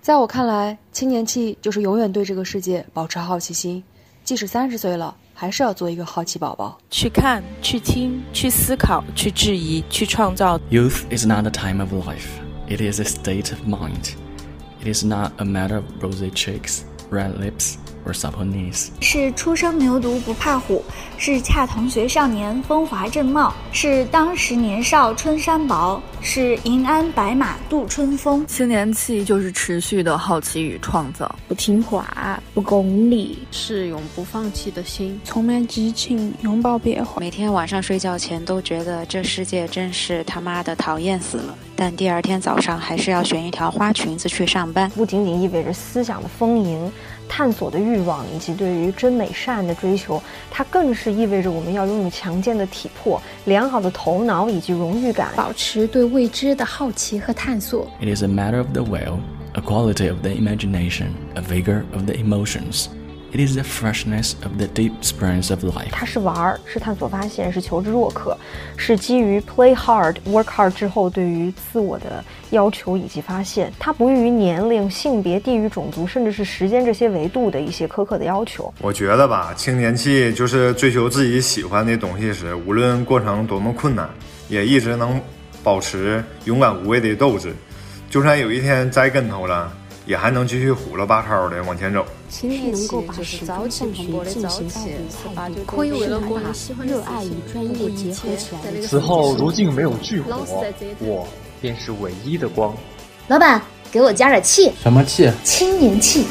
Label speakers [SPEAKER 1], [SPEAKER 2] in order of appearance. [SPEAKER 1] 在我看来，青年气就是永远对这个世界保持好奇心，即使三十岁了，还是要做一个好奇宝宝。
[SPEAKER 2] 去看、去听、去思考、去质疑、去创造。
[SPEAKER 3] Youth is not a time of life, it is a state of mind. It is not a matter of rosy cheeks, red lips, or supple knees.
[SPEAKER 4] 是初生牛犊不怕虎，是恰同学少年风华正茂，是当时年少春衫薄，是银鞍白马度春风。
[SPEAKER 5] 青年气就是持续的好奇与创造。
[SPEAKER 6] 不听话，不讲理，
[SPEAKER 7] 是永不放弃的心。
[SPEAKER 8] 充满激情，拥抱变化。
[SPEAKER 9] 每天晚上睡觉前都觉得这世界真是他妈的讨厌死了，但第二天早上还是要选一条花裙子去上班。
[SPEAKER 10] 不仅仅意味着思想的丰盈、探索的欲望以及对于真美善的追求，它更是意味着我们要拥有强健的体魄、良好的头脑以及荣誉感，
[SPEAKER 11] 保持对未知的好奇和探索。
[SPEAKER 3] It is a matter of the will, a quality of the imagination, a vigor of the emotions. It is the freshness of the deep springs of life.
[SPEAKER 10] 它是玩儿，是探索发现，是求知若渴，是基于 play hard, work hard 之后对于自我的要求以及发现。它不于年龄、性别、地域、种族，甚至是时间这些维度的一些苛刻的要求。
[SPEAKER 12] 我觉得吧，青年期就是追求自己喜欢的东西时，无论过程多么困难，也一直能保持勇敢无畏的斗志，就算有一天栽跟头了。也还能继续虎了吧超的往前走。
[SPEAKER 13] 其实能够把始终向前进行下去的态度，是把热爱与专业结合起来。
[SPEAKER 14] 此后如竟没有炬火，我便是唯一的光。
[SPEAKER 15] 老板，给我加点气。
[SPEAKER 16] 什么气？
[SPEAKER 15] 青年气。